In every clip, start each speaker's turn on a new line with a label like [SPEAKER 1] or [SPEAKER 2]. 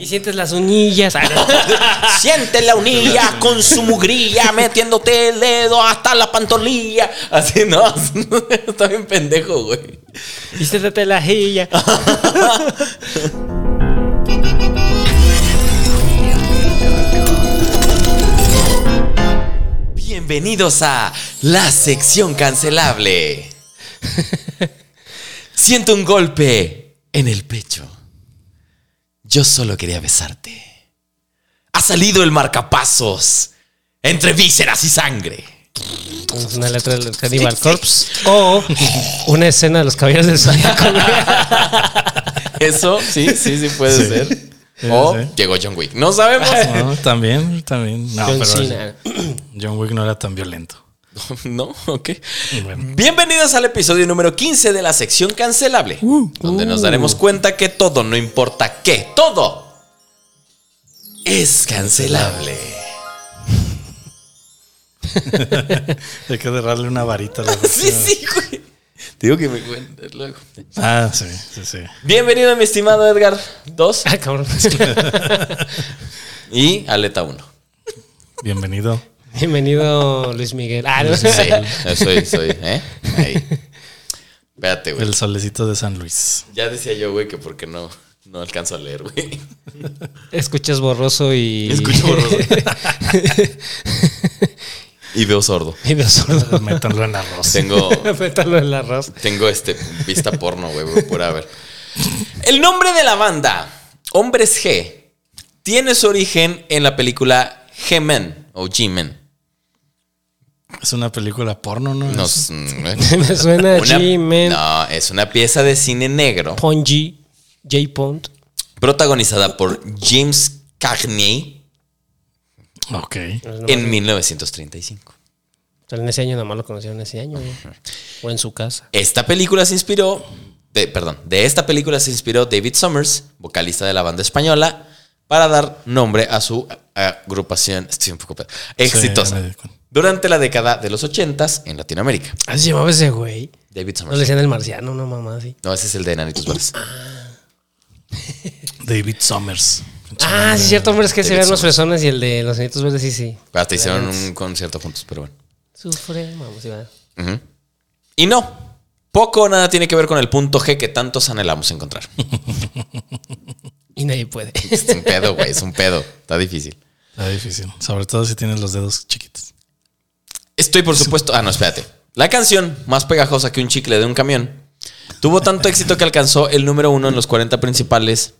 [SPEAKER 1] Y sientes las unillas. Ah, no.
[SPEAKER 2] Siente la unilla con su mugría, metiéndote el dedo hasta la pantorrilla. Así no, está bien pendejo, güey.
[SPEAKER 1] y siéntate la jilla.
[SPEAKER 2] Ah. Bienvenidos a la sección cancelable. Siento un golpe en el pecho. Yo solo quería besarte. Ha salido el marcapasos entre vísceras y sangre.
[SPEAKER 1] Es una letra de los Cannibal Corpse. O una escena de los caballeros del zodiaco.
[SPEAKER 2] Eso sí, sí, sí puede
[SPEAKER 3] Sí.
[SPEAKER 2] ser.
[SPEAKER 3] Sí,
[SPEAKER 2] O
[SPEAKER 3] sí.
[SPEAKER 2] llegó John Wick. No sabemos.
[SPEAKER 3] No, también, también. No,
[SPEAKER 1] John
[SPEAKER 3] pero
[SPEAKER 1] Cena.
[SPEAKER 3] John Wick no era tan violento.
[SPEAKER 2] ¿No? Ok.
[SPEAKER 3] Bueno.
[SPEAKER 2] Bienvenidos al episodio número 15 de la sección cancelable, donde nos daremos cuenta que todo, no importa qué, todo es cancelable.
[SPEAKER 3] Hay que derrarle una varita. a la
[SPEAKER 2] Sí, sí, güey. Te digo que me cuentes luego.
[SPEAKER 3] Ah, sí, sí, sí.
[SPEAKER 2] Bienvenido, mi estimado Edgar 2
[SPEAKER 1] Ah, cabrón.
[SPEAKER 2] y Aleta 1.
[SPEAKER 3] Bienvenido.
[SPEAKER 1] Bienvenido, Luis Miguel. Ah, no.
[SPEAKER 2] Sí, soy, soy, ¿eh? Ahí. Espérate, güey.
[SPEAKER 3] El solecito de San Luis.
[SPEAKER 2] Ya decía yo, güey, que porque no, no alcanzo a leer, güey.
[SPEAKER 1] Escuchas borroso y.
[SPEAKER 2] Escucho borroso. Y veo sordo.
[SPEAKER 1] y veo sordo.
[SPEAKER 3] Métanlo en arroz.
[SPEAKER 2] Tengo,
[SPEAKER 1] Métalo en la arroz.
[SPEAKER 2] tengo este vista porno, güey, güey, pura a ver. El nombre de la banda, Hombres G, tiene su origen en la película G-Men o G-Men.
[SPEAKER 3] Es una película porno, ¿no?
[SPEAKER 2] No, es-
[SPEAKER 3] Es-
[SPEAKER 2] eh,
[SPEAKER 1] Me suena
[SPEAKER 2] una-
[SPEAKER 1] G-Men.
[SPEAKER 2] no, es una pieza de cine negro
[SPEAKER 1] Ponji. J-Pond.
[SPEAKER 2] protagonizada por James Cagney
[SPEAKER 3] Ok.
[SPEAKER 2] en 1935.
[SPEAKER 1] En ese año, nomás lo conocieron ese año. güey. O en su casa.
[SPEAKER 2] Esta película se inspiró, de, perdón, de esta película se inspiró David Summers, vocalista de la banda española, para dar nombre a su a- agrupación, estoy un poco pedo, exitosa,
[SPEAKER 3] ya me di cuenta.
[SPEAKER 2] durante la década de los 80s en Latinoamérica.
[SPEAKER 1] Ah, se llamaba ese güey.
[SPEAKER 2] David
[SPEAKER 1] No le
[SPEAKER 2] Summers.
[SPEAKER 1] decían el marciano, una mamá así.
[SPEAKER 2] No, ese es el de Enanitos Verdes.
[SPEAKER 3] David Summers.
[SPEAKER 1] Ah, sí, cierto, hombre, es que se
[SPEAKER 2] David
[SPEAKER 1] vean los
[SPEAKER 2] Summers.
[SPEAKER 1] fresones y el de los nietos verdes, sí, sí.
[SPEAKER 2] Hasta Ah, hicieron un concierto juntos, pero bueno.
[SPEAKER 1] Sufre, vamos, Iván.
[SPEAKER 2] Ujú. Y no, poco o nada tiene que ver con el punto G que tantos anhelamos encontrar.
[SPEAKER 1] Y nadie puede.
[SPEAKER 2] es un pedo, güey, es un pedo. Está difícil.
[SPEAKER 3] Está difícil. Sobre todo si tienes los dedos chiquitos.
[SPEAKER 2] Estoy, por supuesto. Ah, no, espérate. La canción, más pegajosa que un chicle de un camión, tuvo tanto éxito que alcanzó el número uno en los 40 principales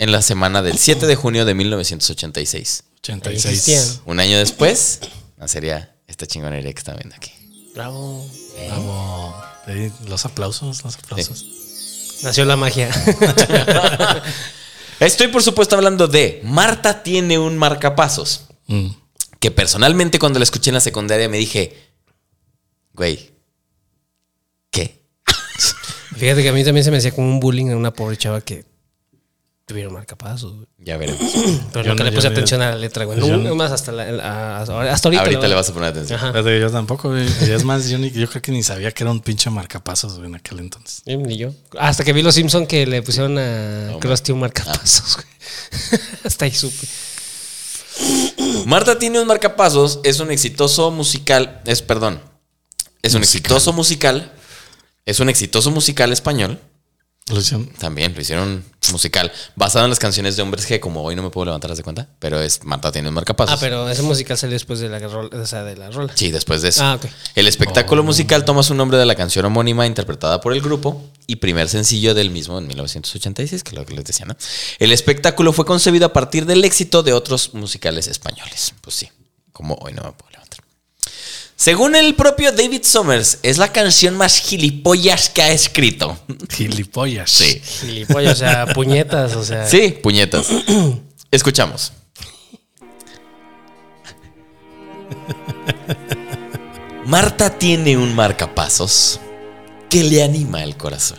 [SPEAKER 2] en la semana del 7 de junio de 1986.
[SPEAKER 1] Ahí
[SPEAKER 3] 86.
[SPEAKER 1] existían.
[SPEAKER 2] Un año después, sería esta chingonería que está viendo aquí.
[SPEAKER 1] Bravo.
[SPEAKER 3] Bravo. Ahí, Los aplausos, los aplausos.
[SPEAKER 1] Nació la magia.
[SPEAKER 2] Estoy, por supuesto, hablando de Marta tiene un marcapasos.
[SPEAKER 3] Mm.
[SPEAKER 2] Que personalmente, cuando la escuché en la secundaria, me dije, güey, ¿qué?
[SPEAKER 1] Fíjate que a mí también se me hacía como un bullying a una pobre chava que tuvieron marcapasos. güey.
[SPEAKER 2] Ya veremos.
[SPEAKER 1] Pero
[SPEAKER 3] Yo
[SPEAKER 1] nunca
[SPEAKER 3] no,
[SPEAKER 1] le
[SPEAKER 3] yo
[SPEAKER 1] puse
[SPEAKER 3] no, yo
[SPEAKER 1] atención a la letra, güey.
[SPEAKER 3] Yo
[SPEAKER 1] No,
[SPEAKER 3] no.
[SPEAKER 1] más hasta, la- la- hasta hasta ahorita.
[SPEAKER 2] Ahorita
[SPEAKER 1] la-
[SPEAKER 2] le vas a poner atención.
[SPEAKER 1] Ajá.
[SPEAKER 3] Fíjate que yo tampoco, güey. Y es más, yo, ni- yo creo que ni sabía que era un pinche marcapasos güey, en aquel entonces.
[SPEAKER 1] Eh, Ni yo. Hasta que vi los Simpson que le pusieron a Krusty un marcapasos, güey. hasta ahí supe.
[SPEAKER 2] Marta tiene un marcapasos, es un exitoso musical, es perdón, es un exitoso musical, es un exitoso musical español,
[SPEAKER 3] Lucian,
[SPEAKER 2] también lo hicieron musical, basado en las canciones de hombres G, como hoy no me puedo levantar haz de cuenta, pero es Marta tiene un marcapasos.
[SPEAKER 1] Ah, pero ese musical salió después de la rola. O sea, de la rola.
[SPEAKER 2] Sí, después de eso.
[SPEAKER 1] Ah, ok.
[SPEAKER 2] El espectáculo musical toma su nombre de la canción homónima interpretada por el grupo y primer sencillo del mismo en 1986, que es lo que les decía, ¿no? El espectáculo fue concebido a partir del éxito de otros musicales españoles. Pues sí, como hoy no me puedo levantar. Según el propio David Summers, es la canción más gilipollas que ha escrito.
[SPEAKER 3] gilipollas.
[SPEAKER 2] Sí.
[SPEAKER 1] Gilipollas, o sea, puñetas, o sea.
[SPEAKER 2] Sí, puñetas. Escuchamos. Marta tiene un marcapasos que le anima el corazón.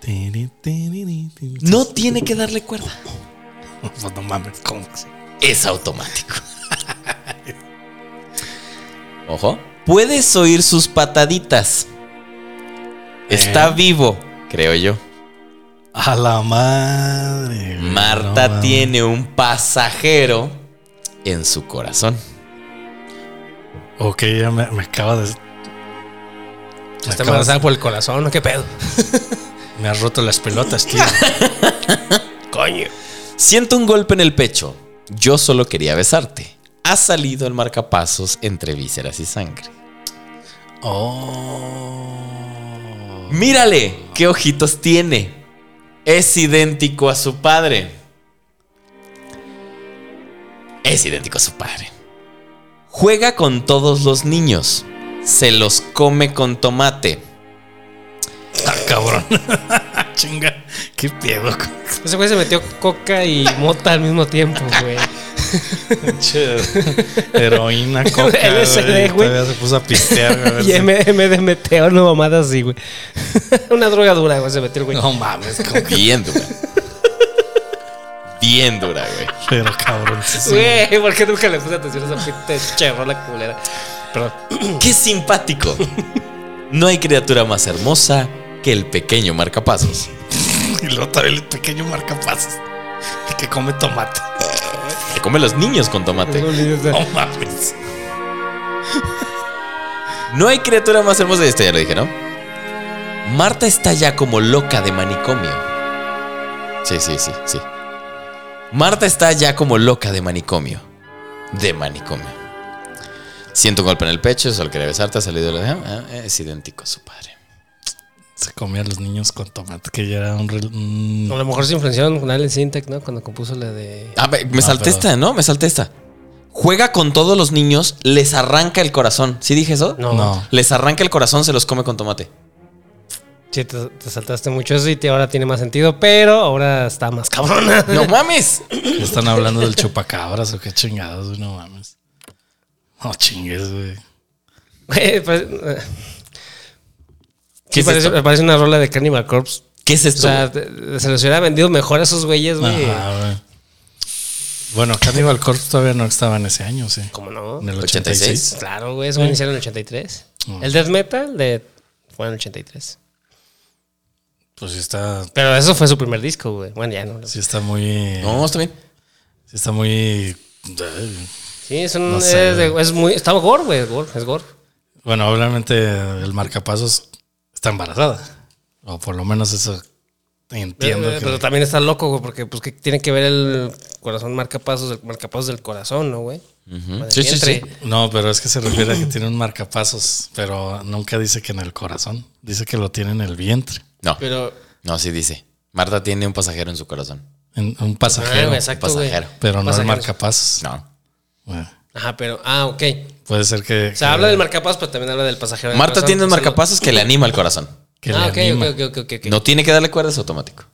[SPEAKER 3] Tiri, tiri, tiri.
[SPEAKER 2] No tiene que darle cuerda.
[SPEAKER 3] Pues no mames, ¿cómo que sí?
[SPEAKER 2] Es automático. Ojo. Puedes oír
[SPEAKER 3] Eh.
[SPEAKER 2] sus pataditas. Está vivo, creo yo.
[SPEAKER 3] A la madre. güey,
[SPEAKER 2] Marta
[SPEAKER 3] Eh, no mames.
[SPEAKER 2] tiene un pasajero en su corazón.
[SPEAKER 3] Ok, ya me, me acaba de. Me,
[SPEAKER 1] Está
[SPEAKER 3] acabas-
[SPEAKER 1] embarazada por el corazón, ¿no? ¿Qué pedo?
[SPEAKER 3] me has roto las pelotas, tío.
[SPEAKER 1] Coño.
[SPEAKER 2] Siento un golpe en el pecho. Yo solo quería besarte. Ha salido el marcapasos entre vísceras y sangre.
[SPEAKER 3] oh.
[SPEAKER 2] Mírale, qué ojitos tiene. Es idéntico a su padre. Es idéntico a su padre. Juega con todos los niños. Se los come con tomate.
[SPEAKER 3] Ah, cabrón. Chinga. Qué pedo.
[SPEAKER 1] Ese güey se metió coca y mota al mismo tiempo, güey.
[SPEAKER 3] Che, Heroína, coca.
[SPEAKER 1] LSD, güey.
[SPEAKER 3] Todavía se puso a pistear. güey, a ver
[SPEAKER 1] Y
[SPEAKER 3] si-
[SPEAKER 1] MDMT o no mamadas así, güey. Una droga dura, güey, se metió el güey.
[SPEAKER 3] No mames, co-
[SPEAKER 2] Bien dura. Bien dura, güey.
[SPEAKER 3] pero cabrón. sí, sí.
[SPEAKER 1] Güey, ¿por qué nunca le puse atención a esa pinta la culera? Perdón.
[SPEAKER 2] ¡Qué simpático! No hay criatura más hermosa que el pequeño marcapasos.
[SPEAKER 3] Y luego todavía el pequeño marcapasos que come tomate.
[SPEAKER 2] Se come los niños con
[SPEAKER 3] Ah,
[SPEAKER 2] tomate.
[SPEAKER 3] No mames.
[SPEAKER 2] No hay criatura más hermosa. Esto ya lo dije, ¿no? Marta está ya como loca de manicomio. Sí, sí, sí, sí. Marta está ya como loca de manicomio. De manicomio. Siento un golpe en el pecho, solo quería besarte, ha salido la... ah, ah, Es idéntico a su padre.
[SPEAKER 3] Se comía a los niños con tomate, que ya era un. rel- un-
[SPEAKER 1] A lo mejor se influenciaron con Alan Syntek, ¿no? Cuando compuso la de.
[SPEAKER 2] Ah, me, me
[SPEAKER 3] Ah,
[SPEAKER 2] salté
[SPEAKER 3] perdón.
[SPEAKER 2] esta, ¿no? Me salté esta. Juega con todos los niños, les arranca el corazón. ¿Sí dije eso?
[SPEAKER 1] No.
[SPEAKER 3] No.
[SPEAKER 2] Les arranca el corazón, se los come con tomate.
[SPEAKER 1] Sí, te, te saltaste mucho eso y te- ahora tiene más sentido, pero ahora está más cabrona.
[SPEAKER 2] ¡No mames!
[SPEAKER 3] Están hablando del chupacabras o qué chingados, güey, no mames. No chingues, güey.
[SPEAKER 1] Güey, pues, eh,
[SPEAKER 2] ¿Qué
[SPEAKER 1] sí,
[SPEAKER 2] es
[SPEAKER 1] parece,
[SPEAKER 2] esto?
[SPEAKER 1] parece una rola de Cannibal Corpse.
[SPEAKER 2] ¿Qué es
[SPEAKER 1] O
[SPEAKER 2] esto?
[SPEAKER 1] sea, te- se los hubiera vendido mejor a esos güeyes, güey.
[SPEAKER 3] Ajá, güey. Bueno, Cannibal Corpse todavía no estaba en ese año, sí.
[SPEAKER 1] ¿Cómo no? Pues,
[SPEAKER 3] En el
[SPEAKER 2] 86.
[SPEAKER 3] 86.
[SPEAKER 1] Claro, güey, eso iniciaron en el 83. El death metal de, fue en el 83.
[SPEAKER 3] Pues sí está,
[SPEAKER 1] Pero eso fue su primer disco, güey. Bueno, ya no.
[SPEAKER 3] sí está muy.
[SPEAKER 2] no, está bien.
[SPEAKER 3] Sí está muy. eh,
[SPEAKER 1] Sí, es un.
[SPEAKER 3] No sé,
[SPEAKER 1] es, de- es muy. Está gore, güey. Es gore. Es gore.
[SPEAKER 3] Bueno, obviamente el marcapasos está embarazada. O por lo menos eso entiendo.
[SPEAKER 1] Eh,
[SPEAKER 3] que-
[SPEAKER 1] Pero también está loco, güey, porque pues que tiene que ver el corazón marcapasos, el marcapasos del corazón, ¿no, güey? Con el
[SPEAKER 2] Sí, sí, sí.
[SPEAKER 1] vientre.
[SPEAKER 3] No, pero es que se refiere a que tiene un marcapasos, pero nunca dice que en el corazón. Dice que lo tiene en el vientre.
[SPEAKER 2] No.
[SPEAKER 1] Pero. ah,
[SPEAKER 2] No, sí dice. Marta tiene un pasajero en su corazón.
[SPEAKER 3] En un
[SPEAKER 1] Ah,
[SPEAKER 3] pasajero.
[SPEAKER 1] güey, exacto, güey.
[SPEAKER 2] pasajero.
[SPEAKER 3] pero no el
[SPEAKER 1] Pasajeros.
[SPEAKER 3] marcapasos.
[SPEAKER 2] No.
[SPEAKER 3] Bueno,
[SPEAKER 1] Ajá, pero. Ah, ok.
[SPEAKER 3] puede ser que.
[SPEAKER 1] O sea,
[SPEAKER 3] que-
[SPEAKER 1] habla del marcapasos, pero también habla del pasajero. del
[SPEAKER 2] Marta
[SPEAKER 1] corazón,
[SPEAKER 2] tiene un
[SPEAKER 1] entonces lo-
[SPEAKER 2] marcapasos que le anima el corazón.
[SPEAKER 3] que
[SPEAKER 1] Ah,
[SPEAKER 3] le
[SPEAKER 1] ok,
[SPEAKER 3] anima.
[SPEAKER 1] ok, ok, ok, ok.
[SPEAKER 2] No tiene que darle cuerdas automático.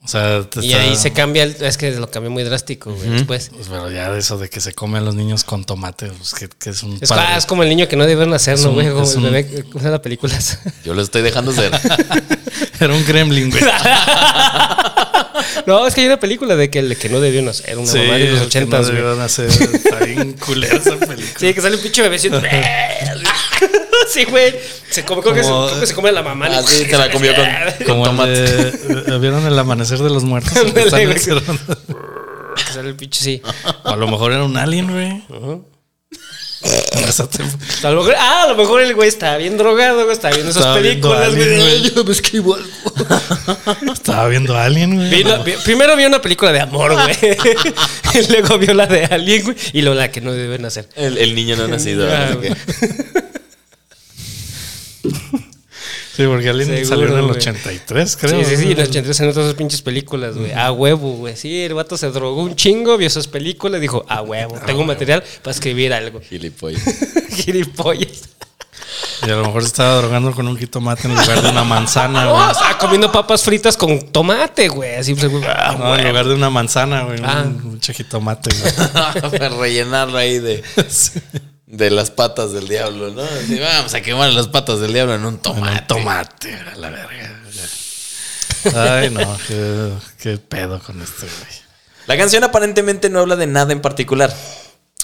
[SPEAKER 3] O sea, te
[SPEAKER 1] Y
[SPEAKER 3] está-
[SPEAKER 1] ahí se cambia, el- es que lo cambió muy drástico, güey. Después.
[SPEAKER 3] Pues, pero ya de eso de que se come a los niños con tomate, pues, que, que es un
[SPEAKER 1] Es,
[SPEAKER 3] padre.
[SPEAKER 1] ah, es como el niño que no debió nacer, ¿no,
[SPEAKER 3] un-
[SPEAKER 1] güey? Como
[SPEAKER 3] es
[SPEAKER 1] el
[SPEAKER 3] un-
[SPEAKER 1] bebé, ¿cómo se llama la película? esa?
[SPEAKER 2] Yo lo estoy dejando ser.
[SPEAKER 3] Era un gremlin, güey.
[SPEAKER 1] no, es que hay una película de que el que no debió nacer, una mamá de los
[SPEAKER 3] el que no
[SPEAKER 1] ochentas, güey.
[SPEAKER 3] debieron hacer. Está bien culera esa película.
[SPEAKER 1] Sí, que sale un pinche bebé siendo. sí, güey. Se come, creo, que se,
[SPEAKER 3] Como- Ah,
[SPEAKER 1] creo que se come a la mamá. ¿no?
[SPEAKER 2] Así se la comió con, con
[SPEAKER 3] Como el
[SPEAKER 2] tomate.
[SPEAKER 3] de- eh, ¿Vieron el amanecer de los muertos?
[SPEAKER 1] Ándale,
[SPEAKER 3] Están
[SPEAKER 1] güey.
[SPEAKER 3] encerrando-
[SPEAKER 1] Que sale el pinche, sí.
[SPEAKER 3] A lo mejor era un alien, güey. Esa te-
[SPEAKER 1] A lo mejor- ah, a lo mejor el güey está bien drogado, güey. Está viendo esas
[SPEAKER 3] Estaba viendo
[SPEAKER 1] películas,
[SPEAKER 3] Alien,
[SPEAKER 1] güey.
[SPEAKER 3] güey.
[SPEAKER 1] Yo me esquivo algo.
[SPEAKER 3] Estaba viendo alien, güey.
[SPEAKER 1] Vino- vi- primero vio una película de amor, güey. y luego vio la de Alien, güey. Y luego la que no deben hacer.
[SPEAKER 2] El, el niño no ha nacido.
[SPEAKER 1] Ah,
[SPEAKER 2] así que-
[SPEAKER 3] Sí, porque alien
[SPEAKER 1] Seguro,
[SPEAKER 3] salió en el
[SPEAKER 1] güey.
[SPEAKER 3] 83, creo.
[SPEAKER 1] Sí, sí, sí, en los 83 en otras pinches películas, güey. A huevo, güey. Sí, el vato se drogó un chingo, vio esas películas, dijo, a huevo, tengo material para escribir algo.
[SPEAKER 2] Gilipollas.
[SPEAKER 1] Gilipollas.
[SPEAKER 3] Y a lo mejor se estaba drogando con un jitomate en lugar de una manzana,
[SPEAKER 1] No,
[SPEAKER 3] güey.
[SPEAKER 1] o sea, comiendo papas fritas con tomate, güey. Así pues, güey. Ah,
[SPEAKER 3] No, en lugar de una manzana, güey. un-
[SPEAKER 1] Ah.
[SPEAKER 3] Un chiquitomate, güey.
[SPEAKER 2] Para rellenarlo ahí de, de las patas del diablo, ¿no? Así, vamos a quemar las patas del diablo en un
[SPEAKER 3] En
[SPEAKER 2] tomate.
[SPEAKER 3] un tomate, a la verga. Ay, no, qué, qué pedo con este, güey.
[SPEAKER 2] La canción aparentemente no habla de nada en particular.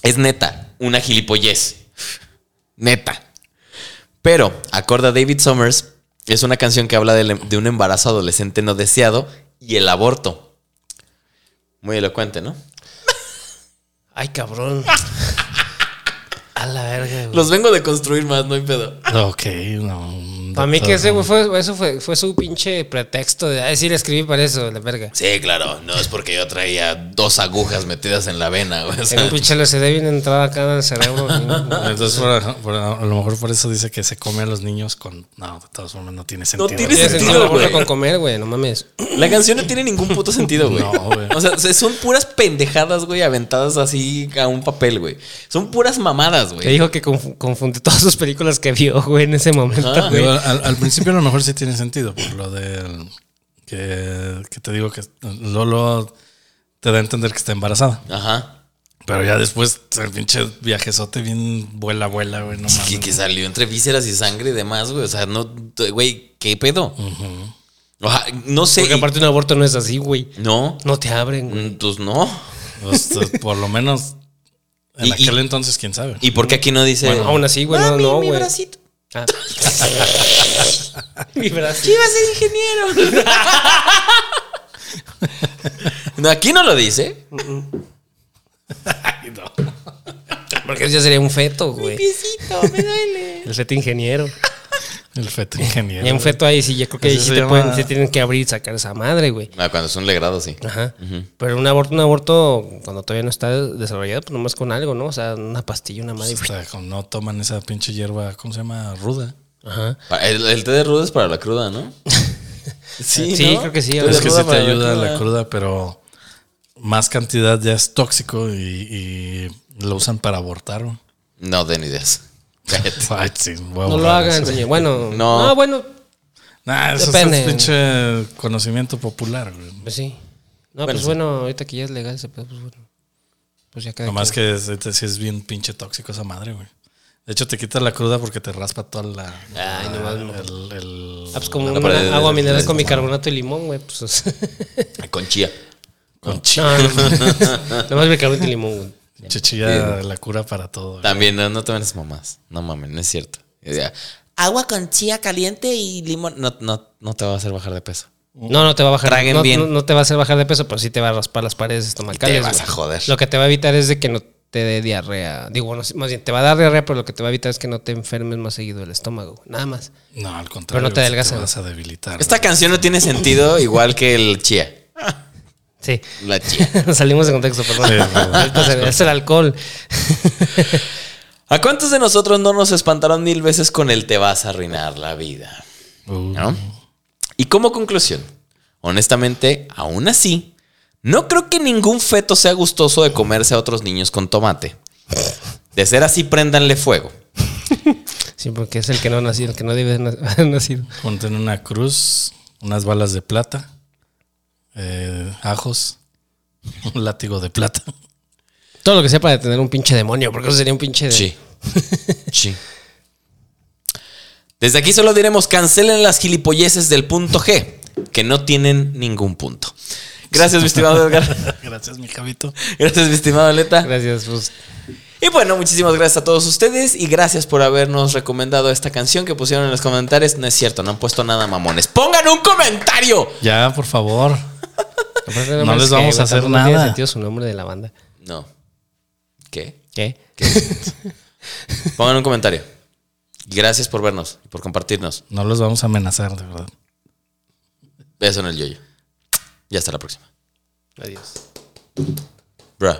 [SPEAKER 2] Es neta, una gilipollez. Neta. Pero, acorde a David Summers, Es una canción que habla del em- de, un embarazo adolescente no deseado y el aborto. Muy elocuente, ¿no?
[SPEAKER 1] Ay, cabrón. A la verga, güey.
[SPEAKER 2] Los vengo de construir más, no hay pedo.
[SPEAKER 3] Ok, no.
[SPEAKER 1] Para mí
[SPEAKER 3] doctor,
[SPEAKER 1] que ese
[SPEAKER 3] no.
[SPEAKER 1] güey fue, eso fue, fue su pinche pretexto de "Ah, sí decir escribí para eso, la verga.
[SPEAKER 2] Sí, claro. No es porque yo traía dos agujas metidas en la vena, güey. o sea.
[SPEAKER 1] En un pinche LCD bien entrada acá en el cerebro.
[SPEAKER 3] Entonces, por- por- a lo mejor por eso dice que se come a los niños con. No, de todas formas, no tiene sentido.
[SPEAKER 2] tiene
[SPEAKER 1] Tiene
[SPEAKER 2] sentido,
[SPEAKER 1] sentido
[SPEAKER 2] güey.
[SPEAKER 1] güey. con comer, güey, no mames.
[SPEAKER 2] La canción no tiene ningún puto sentido, güey.
[SPEAKER 3] No, güey.
[SPEAKER 2] O sea, se- son puras pendejadas, güey, aventadas así a un papel, güey. Son puras mamadas,
[SPEAKER 1] Te
[SPEAKER 2] güey.
[SPEAKER 1] dijo que confu- confundió todas sus películas que vio, güey, en ese momento,
[SPEAKER 2] Ajá.
[SPEAKER 1] güey.
[SPEAKER 3] Digo, al, al principio a lo mejor sí tiene sentido, por lo del que, que te digo que Lolo te da a entender que está embarazada.
[SPEAKER 2] Ajá.
[SPEAKER 3] Pero ya después el pinche viajezote bien vuela, vuela, güey, no
[SPEAKER 2] Que,
[SPEAKER 3] mames.
[SPEAKER 2] que salió entre vísceras y sangre y demás, güey. O sea, no, t- güey, ¿qué pedo? Ajá, no sé.
[SPEAKER 1] Porque
[SPEAKER 2] y-
[SPEAKER 1] aparte un aborto no es así, güey.
[SPEAKER 2] No,
[SPEAKER 1] No te abren, güey.
[SPEAKER 2] mm, pues no.
[SPEAKER 3] Pues, eh, por lo menos en
[SPEAKER 2] Y- y-
[SPEAKER 3] aquel entonces, quién sabe.
[SPEAKER 2] ¿Y por qué aquí no dice?
[SPEAKER 1] Bueno, aún así, güey, no, no,
[SPEAKER 2] mi
[SPEAKER 1] güey.
[SPEAKER 2] bracito.
[SPEAKER 1] Ah. Mi bracito.
[SPEAKER 2] Iba a ser ingeniero. no, aquí no lo dice.
[SPEAKER 1] Porque eso ya sería un feto, güey.
[SPEAKER 2] Piecito, me duele.
[SPEAKER 1] El feto ingeniero.
[SPEAKER 3] el feto ingeniero.
[SPEAKER 1] Ya un feto ahí sí, ya creo que ahí
[SPEAKER 3] Así
[SPEAKER 1] sí
[SPEAKER 3] se
[SPEAKER 1] te
[SPEAKER 3] llama-
[SPEAKER 1] pueden, sí tienen que abrir y sacar esa madre, güey.
[SPEAKER 2] Ah, cuando son legrados, sí.
[SPEAKER 1] Ajá. Pero un aborto, un aborto cuando todavía no está desarrollado, pues nomás con algo, ¿no? O sea, una pastilla, una madre.
[SPEAKER 3] Pues, hasta con- no toman esa pinche hierba, ¿cómo se llama? Ruda.
[SPEAKER 1] Ajá.
[SPEAKER 2] Pa- Ah, El, el té de ruda es para la cruda, ¿no?
[SPEAKER 1] Sí, Sí, creo que sí,
[SPEAKER 2] Té
[SPEAKER 1] Pero
[SPEAKER 2] de
[SPEAKER 3] es que
[SPEAKER 2] ruda
[SPEAKER 3] sí te
[SPEAKER 2] para
[SPEAKER 3] ayuda la cruda, pero más cantidad ya es tóxico y, y lo usan para abortar. güey.
[SPEAKER 2] No den ideas. Cállate.
[SPEAKER 3] Ay, sí, voy a
[SPEAKER 1] No lo
[SPEAKER 3] borrar
[SPEAKER 1] hagan,
[SPEAKER 3] eso.
[SPEAKER 1] señor. Bueno,
[SPEAKER 2] No.
[SPEAKER 1] no, bueno,
[SPEAKER 3] Nah, eso
[SPEAKER 1] Depende.
[SPEAKER 3] es pinche conocimiento popular, güey.
[SPEAKER 1] pues sí. No,
[SPEAKER 2] Bueno,
[SPEAKER 1] pues
[SPEAKER 2] sí.
[SPEAKER 1] bueno, ahorita que ya es legal ese pedo, pues bueno. Pues ya cada
[SPEAKER 3] Nomás
[SPEAKER 1] quien.
[SPEAKER 3] que es, este sí es bien pinche tóxico esa madre, güey. De hecho, te quita la cruda porque te raspa toda la.
[SPEAKER 1] Ay, no mames.
[SPEAKER 3] el, el-
[SPEAKER 1] Ah, pues como
[SPEAKER 2] No,
[SPEAKER 1] una
[SPEAKER 2] pero de- de-
[SPEAKER 1] agua
[SPEAKER 2] de-
[SPEAKER 1] mineral
[SPEAKER 2] de-
[SPEAKER 1] con
[SPEAKER 2] de-
[SPEAKER 1] bicarbonato y limón, güey. Pues, o sea,
[SPEAKER 2] Con chía.
[SPEAKER 3] con
[SPEAKER 1] no, no. Nomás bicarbonato y limón, güey.
[SPEAKER 3] pinche chilla, la cura para todo. güey.
[SPEAKER 2] También, no, no tomen esas mamás. No mames, no es cierto. O sea, agua con chía caliente y limón. No, no, no te va a hacer bajar de peso.
[SPEAKER 1] No, no te va a bajar.
[SPEAKER 2] Traguen
[SPEAKER 1] no,
[SPEAKER 2] bien.
[SPEAKER 1] No, no te va a hacer bajar de peso, pero sí te va a raspar las paredes estomacales.
[SPEAKER 2] Y te vas
[SPEAKER 1] güey.
[SPEAKER 2] a joder.
[SPEAKER 1] Lo que te va a evitar es de que no te dé diarrea. Digo, no sé, más bien te va a dar diarrea, pero lo que te va a evitar es que no te enfermes más seguido el estómago. güey. Nada más.
[SPEAKER 3] No, al contrario.
[SPEAKER 1] Pero no te
[SPEAKER 3] güey,
[SPEAKER 1] adelgazan.
[SPEAKER 3] vas a debilitar.
[SPEAKER 2] Esta
[SPEAKER 3] güey.
[SPEAKER 2] canción no tiene sentido igual que el chía.
[SPEAKER 1] Sí.
[SPEAKER 2] La chía.
[SPEAKER 1] Salimos de contexto, perdón.
[SPEAKER 3] Sí, perdón.
[SPEAKER 1] Ahorita se- es el alcohol.
[SPEAKER 2] ¿A cuántos de nosotros no nos espantaron mil veces con el te vas a arruinar la vida?
[SPEAKER 3] Uh,
[SPEAKER 2] ¿no? Y como conclusión, honestamente, aún así, no creo que ningún feto sea gustoso de comerse a otros niños con tomate. De ser así, préndanle fuego.
[SPEAKER 1] Sí, porque es el que no ha nacido, el que no debe na- haber nacido.
[SPEAKER 3] Ponten una cruz, unas balas de plata, eh, ajos, un látigo de plata.
[SPEAKER 1] Todo lo que sea para detener un pinche demonio, porque eso sería un pinche. de-
[SPEAKER 2] Sí. Sí. Desde aquí solo diremos cancelen las gilipolleces del punto G, que no tienen ningún punto. Gracias, mi estimado Edgar.
[SPEAKER 3] Gracias, mi Javito.
[SPEAKER 2] Gracias, mi estimado Leta.
[SPEAKER 1] Gracias, pues.
[SPEAKER 2] Y bueno, muchísimas gracias a todos ustedes y gracias por habernos recomendado esta canción que pusieron en los comentarios. No es cierto, no han puesto nada mamones. ¡Pongan un comentario!
[SPEAKER 3] Ya, por favor.
[SPEAKER 1] Aparte,
[SPEAKER 3] No
[SPEAKER 1] mames,
[SPEAKER 3] les
[SPEAKER 1] que,
[SPEAKER 3] vamos
[SPEAKER 1] güey,
[SPEAKER 3] a hacer
[SPEAKER 1] tampoco tiene
[SPEAKER 3] nada.
[SPEAKER 1] sentido su nombre de la banda.
[SPEAKER 2] No. ¿Qué?
[SPEAKER 1] ¿Qué?
[SPEAKER 2] Pongan un comentario. Gracias por vernos y por compartirnos.
[SPEAKER 3] No los vamos a amenazar, de verdad.
[SPEAKER 2] Beso en el yoyo. Y hasta la próxima.
[SPEAKER 1] Adiós.
[SPEAKER 2] Bruh.